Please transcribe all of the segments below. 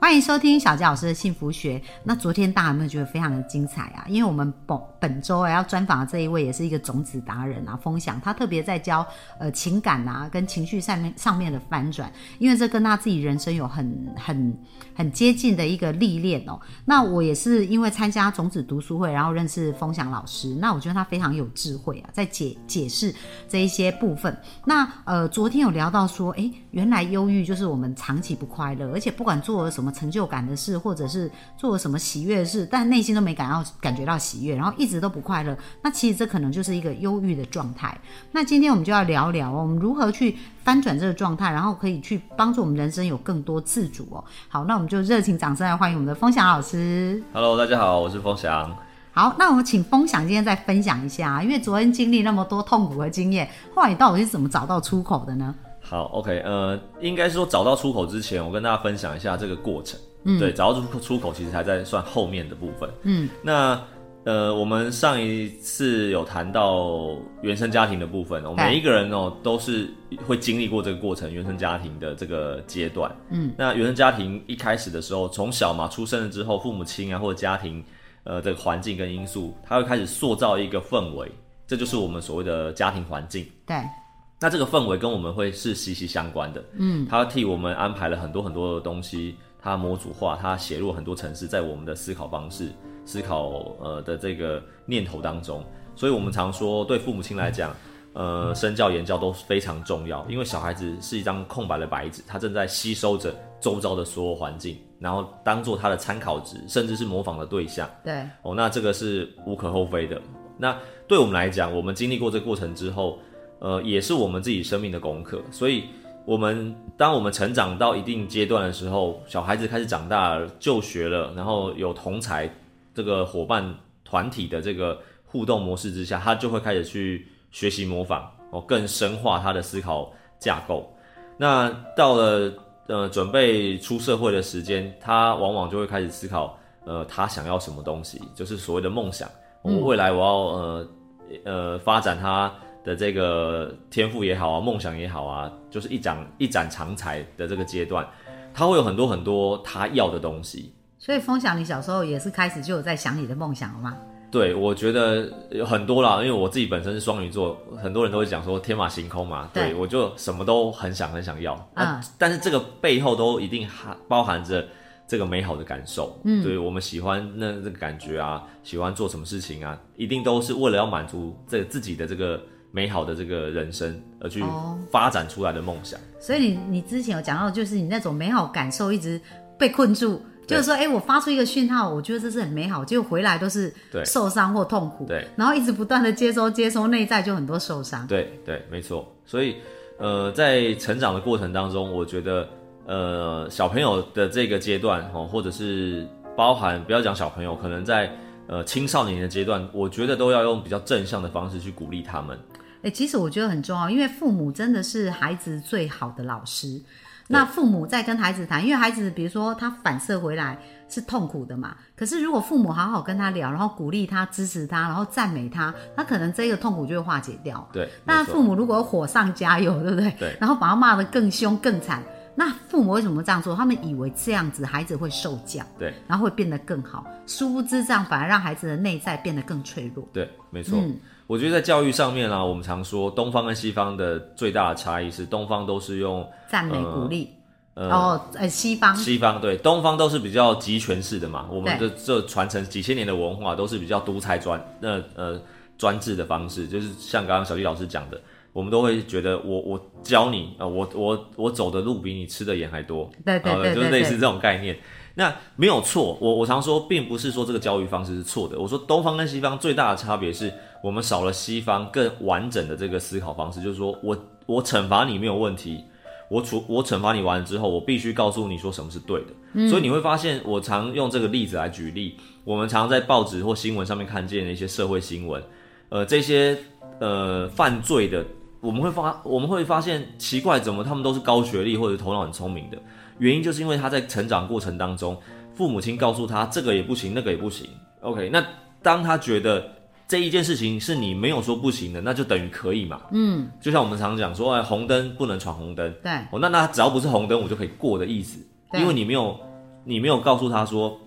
欢迎收听小纪老师的幸福学。那昨天大家有没有觉得非常的精彩啊？因为我们本本周啊要专访的这一位也是一个种子达人啊，风翔，他特别在教呃情感啊跟情绪上面上面的翻转，因为这跟他自己人生有很很很接近的一个历练哦。那我也是因为参加种子读书会，然后认识风翔老师，那我觉得他非常有智慧啊，在解解释这一些部分。那呃，昨天有聊到说，诶，原来忧郁就是我们长期不快乐，而且不管做了什么成就感的事，或者是做了什么喜悦的事，但内心都没感到感觉到喜悦，然后一直都不快乐。那其实这可能就是一个忧郁的状态。那今天我们就要聊聊哦，我们如何去翻转这个状态，然后可以去帮助我们人生有更多自主哦。好，那我们就热情掌声来欢迎我们的风翔老师。 Hello，大家好，我是风翔。好，那我们请风翔今天再分享一下啊，因为昨天经历那么多痛苦的经验，后来你到底是怎么找到出口的呢？好，OK，呃，应该是说找到出口之前，我跟大家分享一下这个过程。对，找到出口出口其实还在算后面的部分。嗯，那呃，我们上一次有谈到原生家庭的部分哦，对每一个人哦都是会经历过这个过程，原生家庭的这个阶段。嗯，那原生家庭一开始的时候，从小嘛出生了之后，父母亲啊或者家庭呃这个环境跟因素，它会开始塑造一个氛围，这就是我们所谓的家庭环境。对，那这个氛围跟我们会是息息相关的，嗯，它替我们安排了很多很多的东西，它模组化，它写入很多城市在我们的思考方式、思考呃的这个念头当中，所以我们常说，对父母亲来讲，呃，身教言教都非常重要，因为小孩子是一张空白的白纸，他正在吸收着周遭的所有环境，然后当做他的参考值，甚至是模仿的对象。对，哦，那这个是无可厚非的。那对我们来讲，我们经历过这个过程之后，呃，也是我们自己生命的功课。所以，我们当我们成长到一定阶段的时候，小孩子开始长大了，就学了，然后有同才这个伙伴团体的这个互动模式之下，他就会开始去学习模仿，哦，更深化他的思考架构。那到了呃准备出社会的时间，他往往就会开始思考，呃，他想要什么东西，就是所谓的梦想。我未来我要呃呃发展他的这个天赋也好啊，梦想也好啊，就是一展一展长才的这个阶段，他会有很多很多他要的东西。所以风翔，你小时候也是开始就有在想你的梦想了吗？对，我觉得有很多啦，因为我自己本身是双鱼座，很多人都会讲说天马行空嘛，对对我就什么都很想很想要，嗯啊，但是这个背后都一定含包含着这个美好的感受，嗯，对我们喜欢那这个感觉啊，喜欢做什么事情啊，一定都是为了要满足这自己的这个美好的这个人生而去哦发展出来的梦想。所以你你之前有讲到，就是你那种美好感受一直被困住，就对是说，哎、我发出一个讯号，我觉得这是很美好，结果回来都是对受伤或痛苦，对，然后一直不断的接收接收，内在就很多受伤，对对，没错。所以，呃，在成长的过程当中，我觉得，呃，小朋友的这个阶段哦，或者是包含不要讲小朋友，可能在呃青少年的阶段，我觉得都要用比较正向的方式去鼓励他们。哎、其实我觉得很重要，因为父母真的是孩子最好的老师。那父母在跟孩子谈，因为孩子比如说他反射回来是痛苦的嘛，可是如果父母好好跟他聊，然后鼓励他、支持他，然后赞美他，那可能这个痛苦就会化解掉。对，那没错父母如果火上加油，对不对？对然后把他骂得更凶更惨，那父母为什么这样做？他们以为这样子孩子会受教，对然后会变得更好，殊不知这样反而让孩子的内在变得更脆弱。嗯对，没错。我觉得在教育上面啊，我们常说东方跟西方的最大的差异是，东方都是用赞美、呃鼓励，呃哦，呃，西方西方对东方都是比较集权式的嘛，我们对的这传承几千年的文化都是比较独裁专那呃专制的方式，就是像刚刚小纪老师讲的，我们都会觉得我我教你啊、呃我我我走的路比你吃的盐还多，对对呃对就是对类对似这种概念。那没有错，我我常说，并不是说这个教育方式是错的。我说东方跟西方最大的差别是我们少了西方更完整的这个思考方式，就是说我我惩罚你没有问题，我处我惩罚你完了之后，我必须告诉你说什么是对的。嗯所以你会发现，我常用这个例子来举例，我们常在报纸或新闻上面看见的一些社会新闻，呃，这些呃犯罪的我们会发我们会发现奇怪，怎么他们都是高学历或者头脑很聪明的？原因就是因为他在成长过程当中，父母亲告诉他这个也不行，那个也不行。OK，那当他觉得这一件事情是你没有说不行的，那就等于可以嘛。嗯，就像我们常讲说，哎，红灯不能闯红灯。对哦，那那只要不是红灯，我就可以过的意思，对因为你没有你没有告诉他说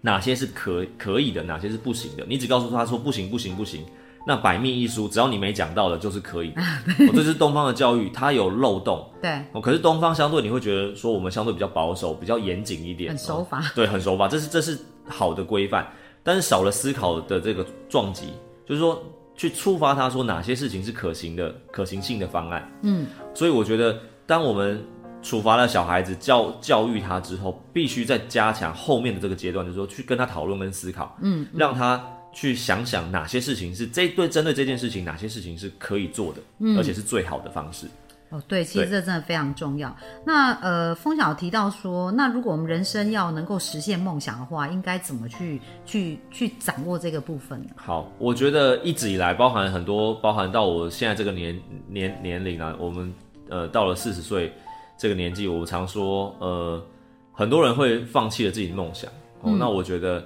哪些是可可以的，哪些是不行的，你只告诉他说不行不行不行。那百密一疏，只要你没讲到的，就是可以的。啊哦、这是东方的教育，它有漏洞。对，哦，可是东方相对你会觉得说我们相对比较保守，比较严谨一点，很守哦法。 对，很守法，这是这是好的规范，但是少了思考的这个撞击，就是说去触发他说哪些事情是可行的、可行性的方案。嗯，所以我觉得，当我们处罚了小孩子教教育他之后，必须再加强后面的这个阶段，就是说去跟他讨论跟思考，嗯，让他去想想哪些事情是这对针对这件事情，哪些事情是可以做的，而且是最好的方式。哦，对，其实这真的非常重要。那呃，风小提到说，那如果我们人生要能够实现梦想的话，应该怎么去去去掌握这个部分呢？好，我觉得一直以来，包含很多，包含到我现在这个年年年龄啊，我们呃到了四十岁这个年纪，我常说，呃，很多人会放弃了自己的梦想。哦，那我觉得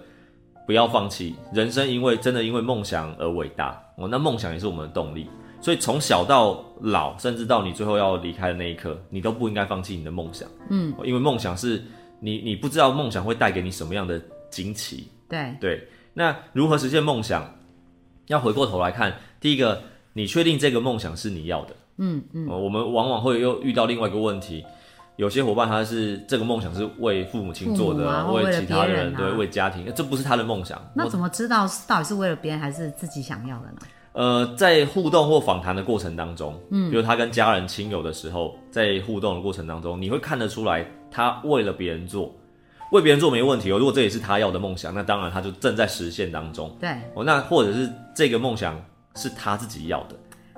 不要放弃，人生因为真的因为梦想而伟大。哦，那梦想也是我们的动力。所以从小到老，甚至到你最后要离开的那一刻，你都不应该放弃你的梦想。嗯，因为梦想是你你不知道梦想会带给你什么样的惊奇，对，对，那如何实现梦想？要回过头来看，第一个，你确定这个梦想是你要的？嗯嗯，呃我们往往会又遇到另外一个问题，有些伙伴他是这个梦想是为父母亲做父母的，啊或为为了其他别人，人啊对，为家庭，呃这不是他的梦想。那我怎么知道是到底是为了别人还是自己想要的呢？呃，在互动或访谈的过程当中，嗯，比如他跟家人、亲友的时候，在互动的过程当中，你会看得出来，他为了别人做，为别人做没问题哦。如果这也是他要的梦想，那当然他就正在实现当中。对，哦，那或者是这个梦想是他自己要的，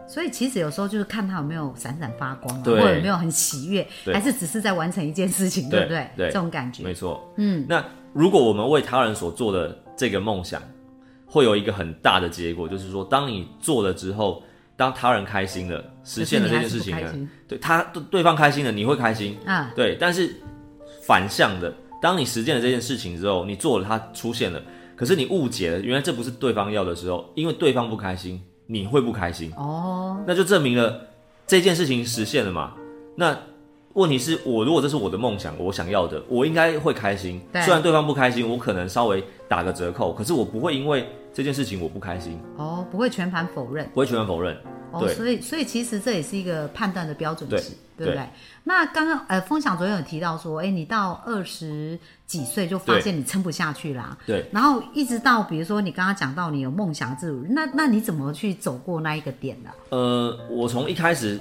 所以其实有时候就是看他有没有闪闪发光、啊，对或者有没有很喜悦，对还是只是在完成一件事情，对不对对？对这种感觉没错。嗯，那如果我们为他人所做的这个梦想，会有一个很大的结果，就是说，当你做了之后，当他人开心了，实现了这件事情可了是你还是不开，心对他对对方开心了，你会开心，啊，对。但是反向的，当你实践了这件事情之后，你做了，它出现了，可是你误解了，原来这不是对方要的时候，因为对方不开心，你会不开心。哦，那就证明了这件事情实现了嘛。那问题是我如果这是我的梦想，我想要的，我应该会开心。对虽然对方不开心，我可能稍微打个折扣，可是我不会因为这件事情我不开心，哦，不会全盘否认。不会全然否认。哦，对所以所以其实这也是一个判断的标准值，对对不对对？那刚刚呃，风享昨天有提到说，哎，你到二十几岁就发对现你撑不下去啦，对，然后一直到比如说你刚刚讲到你有梦想自主，那那你怎么去走过那一个点呢、呃，我从一开始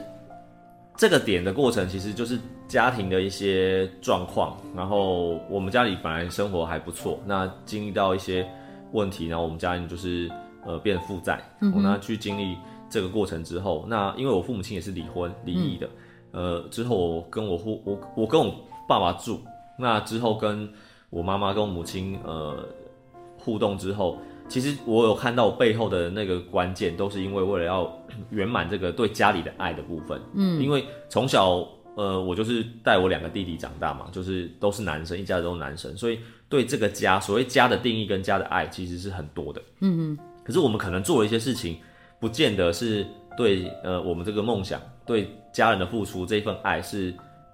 这个点的过程，其实就是家庭的一些状况，然后我们家里本来生活还不错，那经历到一些问题，然后我们家人就是呃变得负债，我、那去经历这个过程之后，那因为我父母亲也是离婚离异的，呃，之后我跟我父我我跟我爸爸住，那之后跟我妈妈跟我母亲呃互动之后，其实我有看到我背后的那个关键，都是因为为了要圆满这个对家里的爱的部分。嗯，因为从小呃，我就是带我两个弟弟长大嘛，就是都是男生，一家子都是男生，所以对这个家，所谓家的定义跟家的爱其实是很多的。嗯嗯。可是我们可能做了一些事情，不见得是对呃我们这个梦想、对家人的付出这份爱是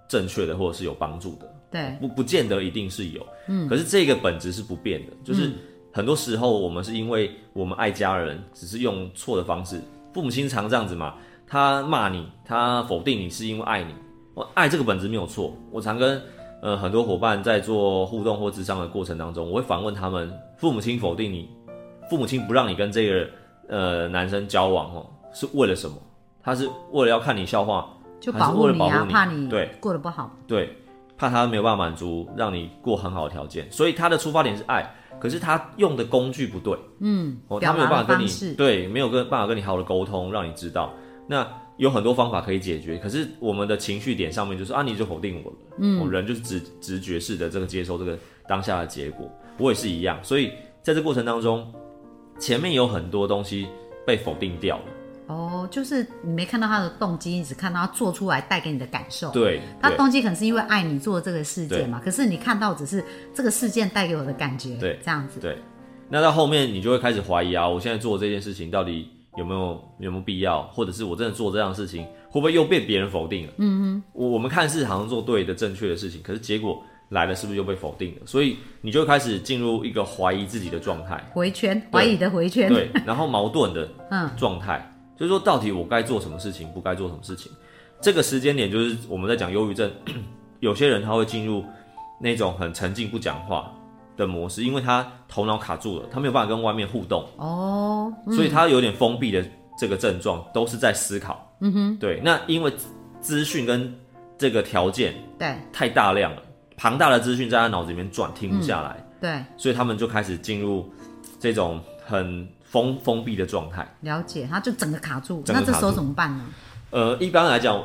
正确的，或者是有帮助的。对，不不见得一定是有，嗯，可是这个本质是不变的，就是很多时候我们是因为我们爱家人，只是用错的方式。父母亲常这样子嘛，他骂你，他否定你，是因为爱你。我爱这个本质没有错。我常跟呃很多伙伴在做互动或智商的过程当中，我会反问他们：父母亲否定你，父母亲不让你跟这个呃男生交往哦，是为了什么？他是为了要看你笑话，就还是保护为了你啊，保护你怕你对过得不好，对，怕他没有办法满足，让你过很好的条件，所以他的出发点是爱，可是他用的工具不对，嗯，哦，表他没有达办的法跟方你式，对，没有跟办法跟你好好的沟通，让你知道，那有很多方法可以解决，可是我们的情绪点上面就是啊，你就否定我了，嗯，我人就是直直觉式的这个接受这个当下的结果，我也是一样，所以在这过程当中，前面有很多东西被否定掉了。哦，就是你没看到他的动机，你只看到他做出来带给你的感受。对，他对动机可能是因为爱你做这个事对件嘛，可是你看到只是这个事件带给我的感觉，对这样子。对，那到后面你就会开始怀疑啊，我现在做这件事情到底有没有有没有必要，或者是我真的做这样的事情会不会又被别人否定了？嗯哼，我我们看似好像做对的、正确的事情，可是结果来了是不是又被否定了？所以你就开始进入一个怀疑自己的状态，回圈，怀疑的回圈，对，然后矛盾 的嗯状态，就是说到底我该做什么事情，不该做什么事情。这个时间点就是我们在讲忧郁症， 有些人他会进入那种很沉静不讲话的模式，因为他头脑卡住了，他没有办法跟外面互动，哦，所以他有点封闭的这个症状都是在思考。嗯哼，对。那因为资资讯跟这个条件对太大量了，庞大的资讯在他脑子里面转，停不下来，对，所以他们就开始进入这种很封封闭的状态。了解，他就整个卡住，整个那这卡时候住怎么办呢？呃，一般来讲，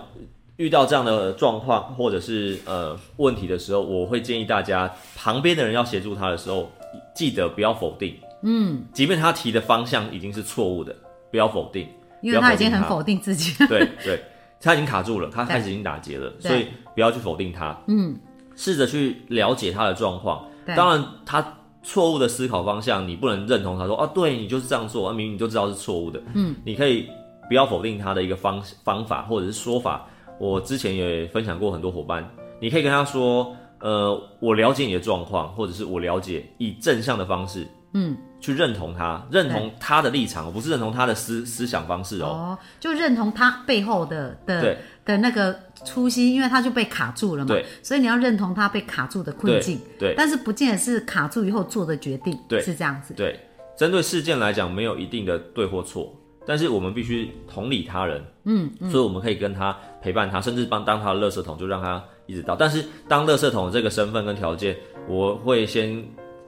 遇到这样的状况或者是呃问题的时候，我会建议大家旁边的人要协助他的时候，记得不要否定。嗯，即便他提的方向已经是错误的，不要否定，因为他已经很不要否定自己， 对对，他已经卡住了，他开始已经打结了，对所以不要去否定他，嗯，试着去了解他的状况。对当然，他错误的思考方向，你不能认同他说啊，对你就是这样做，啊，明明你就知道是错误的，嗯，你可以不要否定他的一个方方法或者是说法。我之前也分享过很多伙伴，你可以跟他说，呃，我了解你的状况，或者是我了解，以正向的方式，嗯，去认同他，认同他的立场，不是认同他的思思想方式 哦哦，就认同他背后的的对的那个初心，因为他就被卡住了嘛对，所以你要认同他被卡住的困境，对对但是不见得是卡住以后做的决定，对是这样子，对，针对事件来讲，没有一定的对或错，但是我们必须同理他人，嗯，所以我们可以跟他陪伴他，甚至帮当他的垃圾桶，就让他一直到。但是当垃圾桶这个身份跟条件，我会先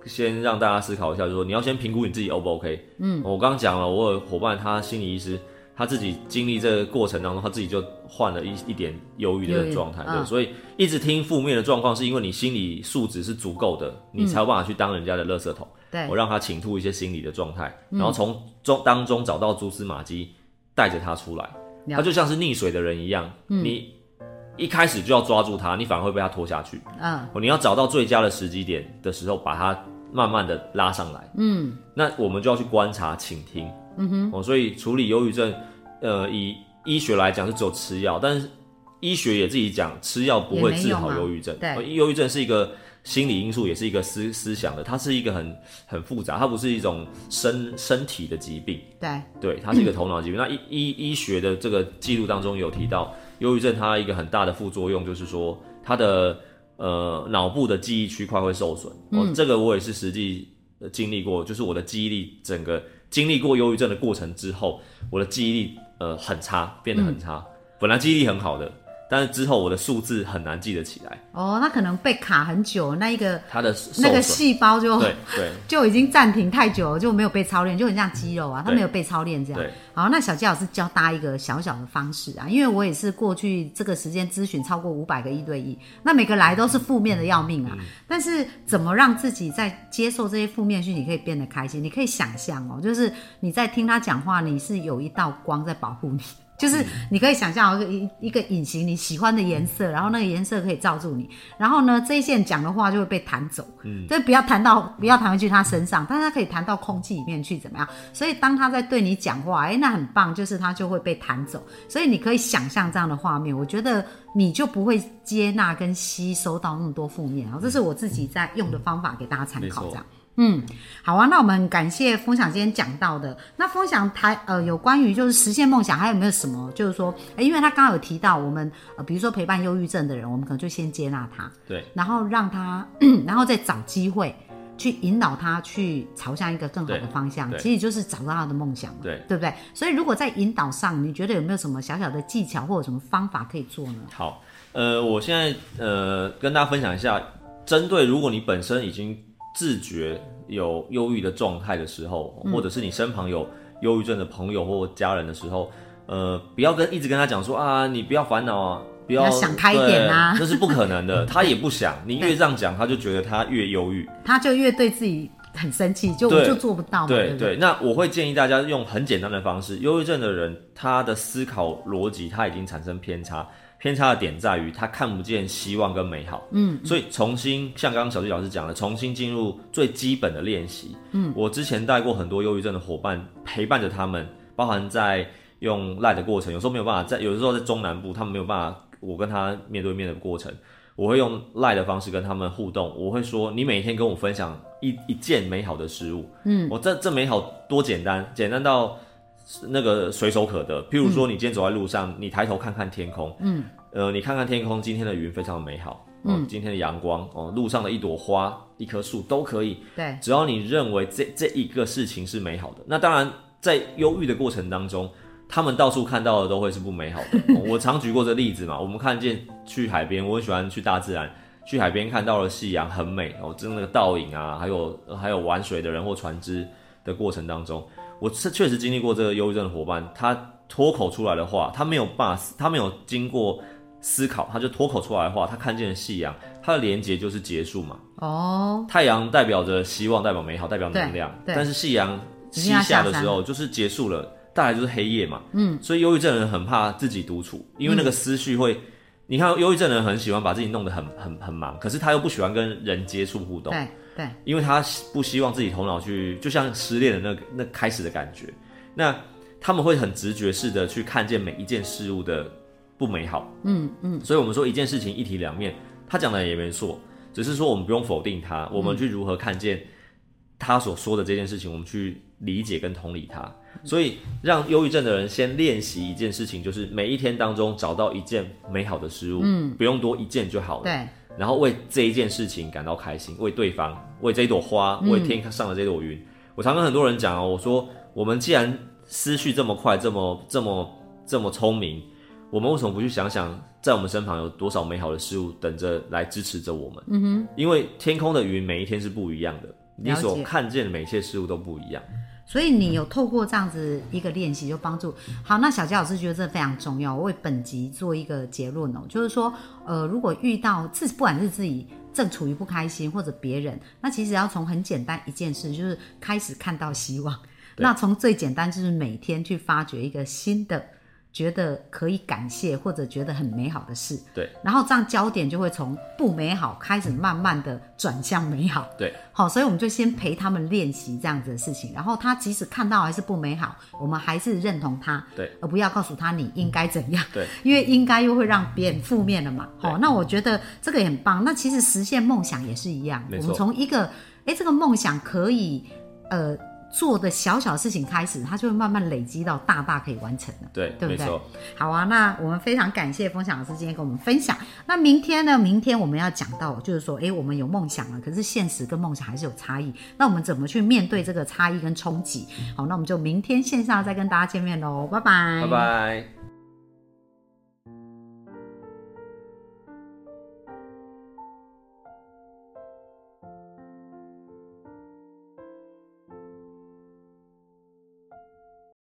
先让大家思考一下，就是说你要先评估你自己 O 不 OK。嗯，我刚刚讲了，我有伙伴他心理医师。他自己经历这个过程当中，他自己就患了一一点忧郁的这忧个郁状态，嗯对，所以一直听负面的状况，是因为你心理素质是足够的，嗯你才有办法去当人家的垃圾桶。对嗯我让他倾吐一些心理的状态，然后从中当中找到蛛丝马迹，带着他出来。了解嗯他就像是溺水的人一样，你一开始就要抓住他，你反而会被他拖下去。嗯，哦你要找到最佳的时机点的时候，把他慢慢的拉上来。嗯，那我们就要去观察、倾听。嗯哼，哦，所以处理忧郁症，呃，以医学来讲是只有吃药，但是医学也自己讲，吃药不也会没治用好啊忧郁症。对呃忧郁症是一个心理因素，也是一个思思想的，它是一个很很复杂，它不是一种身身体的疾病。对，对，它是一个头脑疾病。那医医医学的这个记录当中有提到，忧郁症它一个很大的副作用就是说，它的呃脑部的记忆区块会受损。嗯、哦，这个我也是实际呃经历过，就是我的记忆力整个经历过忧郁症的过程之后，我的记忆力呃很差，变得很差。嗯本来记忆力很好的，但是之后我的数字很难记得起来，哦，他可能被卡很久，那一个它的受那损。个细胞就对对 就已经暂停太久了，就没有被操练，就很像肌肉啊，它对没有被操练这样对。好，那小纪老师教大家一个小小的方式啊，因为我也是过去这个时间咨询超过五百个一对一，那每个来都是负面的要命啊。但是怎么让自己在接受这些负面讯息可以变得开心？你可以想象哦，就是你在听他讲话，你是有一道光在保护你。 就是你可以想象哦一个一一个隐形你喜欢的颜色，然后那个颜色可以罩住你，然后呢，这一线讲的话就会被弹走，嗯，就是不要弹到不要弹回去他身上，但是他可以弹到空气里面去，怎么样？所以当他在对你讲话，哎，那很棒，就是他就会被弹走。所以你可以想象这样的画面，我觉得你就不会接纳跟吸收到那么多负面啊。这是我自己在用的方法，给大家参没考错这样。嗯，好啊，那我们感谢风享今天讲到的。那风享台呃有关于就是实现梦想，还有没有什么就是说，诶因为他刚刚有提到我们呃，比如说陪伴忧郁症的人，我们可能就先接纳他，对然后让他， 然后再找机会去引导他去朝向一个更好的对方向，对其实就是找到他的梦想嘛，对对不对？所以如果在引导上，你觉得有没有什么小小的技巧或者什么方法可以做呢？好，呃，我现在呃跟大家分享一下，针对如果你本身已经自觉有忧郁的状态的时候，嗯或者是你身旁有忧郁症的朋友或家人的时候，呃，不要跟一直跟他讲说啊，你不要烦恼啊。不要要想开一点啊 对这是不可能的。他也不想，你越这样讲，他就觉得他越忧郁。他就越对自己很生气，就我对就做不到嘛，对不对？那我会建议大家用很简单的方式。忧郁症的人，他的思考逻辑他已经产生偏差，偏差的点在于他看不见希望跟美好。嗯，所以重新像刚刚小纪老师讲的，重新进入最基本的练习。嗯，我之前带过很多忧郁症的伙伴，陪伴着他们，包含在用赖的过程，有时候没有办法在，有时候在中南部他们没有办法，我跟他面对面的过程。我会用赖的方式跟他们互动，我会说你每天跟我分享一一件美好的事物，嗯，我这这美好多简单，简单到那个随手可得。譬如说，你今天走在路上，你抬头看看天空，嗯，呃，你看看天空，今天的云非常美好，哦、嗯，今天的阳光，哦，路上的一朵花、一棵树都可以，对，只要你认为这这一个事情是美好的，那当然在忧郁的过程当中，他们到处看到的都会是不美好的。哦我常举过这例子嘛，我们看见去海边，我很喜欢去大自然，去海边看到了夕阳很美哦，真的那个倒影啊，还有还有玩水的人或船只的过程当中，我是确实经历过这个忧郁症的伙伴，他脱口出来的话，他没有把他没有经过。思考，他就脱口出来的话，他看见了夕阳，他的连结就是结束嘛。哦，太阳代表着希望，代表美好，代表能量。对对但是夕阳已西经要下下的山时候，就是结束了，带来就是黑夜嘛。嗯，所以忧郁症的人很怕自己独处，因为那个嗯思绪会。你看，忧郁症的人很喜欢把自己弄得很很很忙，可是他又不喜欢跟人接触互动，对对，因为他不希望自己头脑去，就像失恋的那个那开始的感觉。那他们会很直觉式的去看见每一件事物的不美好，嗯嗯，所以我们说一件事情一体两面，他讲的也没错，只是说我们不用否定他，我们去如何看见他所说的这件事情，我们去理解跟同理他。所以让忧郁症的人先练习一件事情，就是每一天当中找到一件美好的事物，嗯，不用多一件就好了。对然后为这一件事情感到开心，为对方，为这一朵花，嗯为天上的这朵云。我常跟很多人讲哦，我说我们既然思绪这么快，这么这么这么聪明，我们为什么不去想想，在我们身旁有多少美好的事物等着来支持着我们？嗯哼，因为天空的云每一天是不一样的，你了解所看见的每一切事物都不一样。所以你嗯有透过这样子一个练习，就帮助好。那小杰老师觉得这非常重要，我为本集做一个结论哦，就是说，呃，如果遇到自不管是自己正处于不开心或者别人，那其实要从很简单一件事，就是开始看到希望。对那从最简单就是每天去发掘一个新的，觉得可以感谢或者觉得很美好的事，对然后这样焦点就会从不美好开始，慢慢的转向美好。对，好，所以我们就先陪他们练习这样子的事情，然后他即使看到还是不美好，我们还是认同他，对，而不要告诉他你应该怎样，对，因为应该又会让别人负面了嘛。好、对那我觉得这个也很棒。那其实实现梦想也是一样，没我错们从一个哎这个梦想可以呃做的小小事情开始，它就会慢慢累积到大大可以完成了。对，对不没对错。好啊，那我们非常感谢风翔老师今天跟我们分享。那明天呢？明天我们要讲到，就是说，诶，我们有梦想了，可是现实跟梦想还是有差异。那我们怎么去面对这个差异跟冲击？好，那我们就明天线上再跟大家见面喽，拜拜，拜拜。